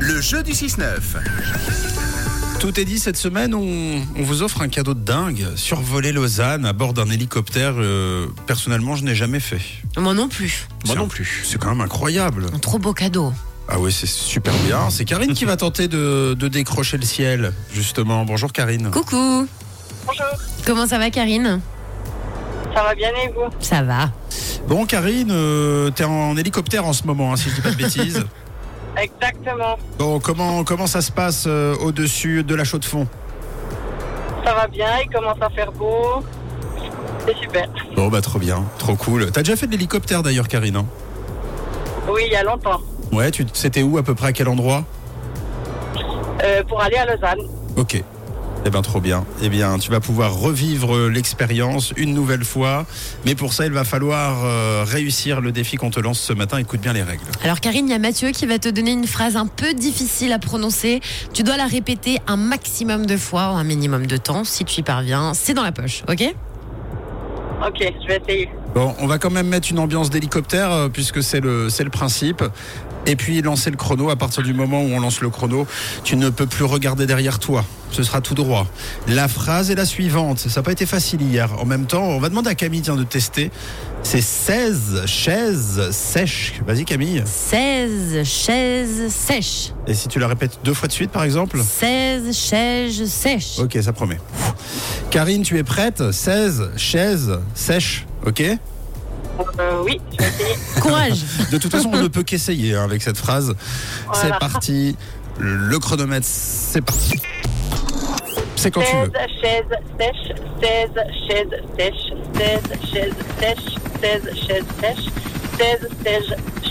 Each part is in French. Le jeu du 6-9. Tout est dit cette semaine, on, on vous offre un cadeau de dingue. Survoler Lausanne à bord d'un hélicoptère, euh, personnellement, je n'ai jamais fait. Moi non plus. Moi non plus. C'est quand même incroyable. Un trop beau cadeau. Ah oui, c'est super bien. C'est Karine qui va tenter de, de décrocher le ciel, justement. Bonjour Karine. Coucou. Bonjour, Comment ça va, Karine ça va bien et vous Ça va. Bon Karine, euh, t'es en hélicoptère en ce moment, hein, si je dis pas de bêtises. Exactement, Bon, comment, comment ça se passe euh, au-dessus de la chaux de fond ça va bien, il commence à faire beau. C'est super. Bon bah trop bien, trop cool. T'as déjà fait de l'hélicoptère d'ailleurs Karine hein Oui, il y a longtemps. Ouais, tu c'était où à peu près à quel endroit Euh, pour aller à Lausanne. Ok. Eh bien, trop bien. Eh bien, tu vas pouvoir revivre euh, l'expérience une nouvelle fois. Mais pour ça, il va falloir euh, réussir le défi qu'on te lance ce matin. Écoute bien les règles. Alors, Karine, il y a Mathieu qui va te donner une phrase un peu difficile à prononcer. Tu dois la répéter un maximum de fois, en un minimum de temps. Si tu y parviens, c'est dans la poche, ok Ok, je vais essayer. Bon, on va quand même mettre une ambiance d'hélicoptère, euh, puisque c'est le, c'est le principe. Et puis, lancer le chrono. À partir du moment où on lance le chrono, tu ne peux plus regarder derrière toi. Ce sera tout droit. La phrase est la suivante. Ça n'a pas été facile hier. En même temps, on va demander à Camille tiens, de tester. C'est 16 chaises sèches. Vas-y, Camille. 16 chaises sèches. Et si tu la répètes deux fois de suite, par exemple 16 chaises sèches. Ok, ça promet. Karine, tu es prête 16 chaises sèches, ok Euh, oui, je vais essayer. Courage. De toute façon, on ne peut qu'essayer hein, avec cette phrase. Voilà. C'est parti. Le chronomètre, c'est parti. C'est quand tu 16 veux. chaises sèches, 16 chaises sèches, 16 chaises sèches, 16 chaises sèches,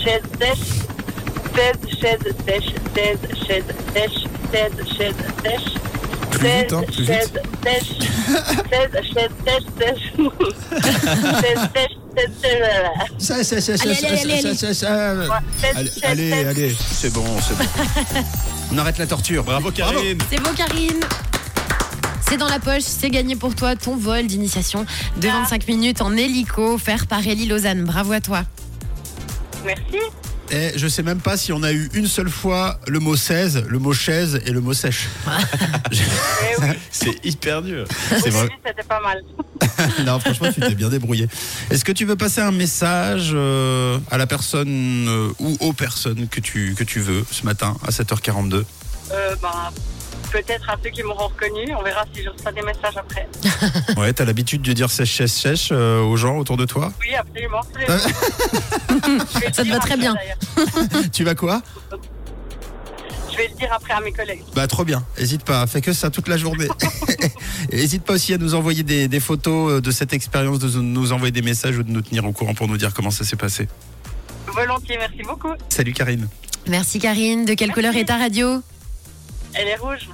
16 chaises chaises sèches, 16 chaises sèches, 16 chaises sèches, 16 chaises sèches. Plus vite, hein, plus vite. 16 chaises sèches, 16 chaises sèches, 16 chaises Ça, ça, ça, ça, Allez, ça, allez, ça, allez, allez. ça, ça. Allez, sèches. allez, allez. c'est bon, c'est bon. On arrête la torture. Bravo, Karine. C'est beau, Karine. C'est dans la poche, c'est gagné pour toi ton vol d'initiation de 25 minutes en hélico offert par Ellie Lausanne. Bravo à toi. Merci. Et je sais même pas si on a eu une seule fois le mot 16, le mot chaise et le mot sèche. Eh oui, C'est hyper dur. C'est au vrai. début, c'était pas mal. non, franchement, tu t'es bien débrouillé. Est-ce que tu veux passer un message euh, à la personne euh, ou aux personnes que tu, que tu veux ce matin à 7h42 Euh, ben, Peut-être à ceux qui m'auront reconnu, on verra si je reçois des messages après. Ouais, t'as l'habitude de dire sèche, sèche, sèche euh, aux gens autour de toi Oui, absolument. tous les Ah. jours. Je vais le Ça te dire va très après, bien. d'ailleurs. Tu vas quoi Je vais le dire après à mes collègues. Bah trop bien, hésite pas, fais que ça toute la journée. Hésite pas aussi à nous envoyer des, des photos euh, de cette expérience, de nous envoyer des messages ou de nous tenir au courant pour nous dire comment ça s'est passé. Volontiers, merci beaucoup. Salut Karine Merci, Karine. De quelle couleur est ta radio Elle est rouge.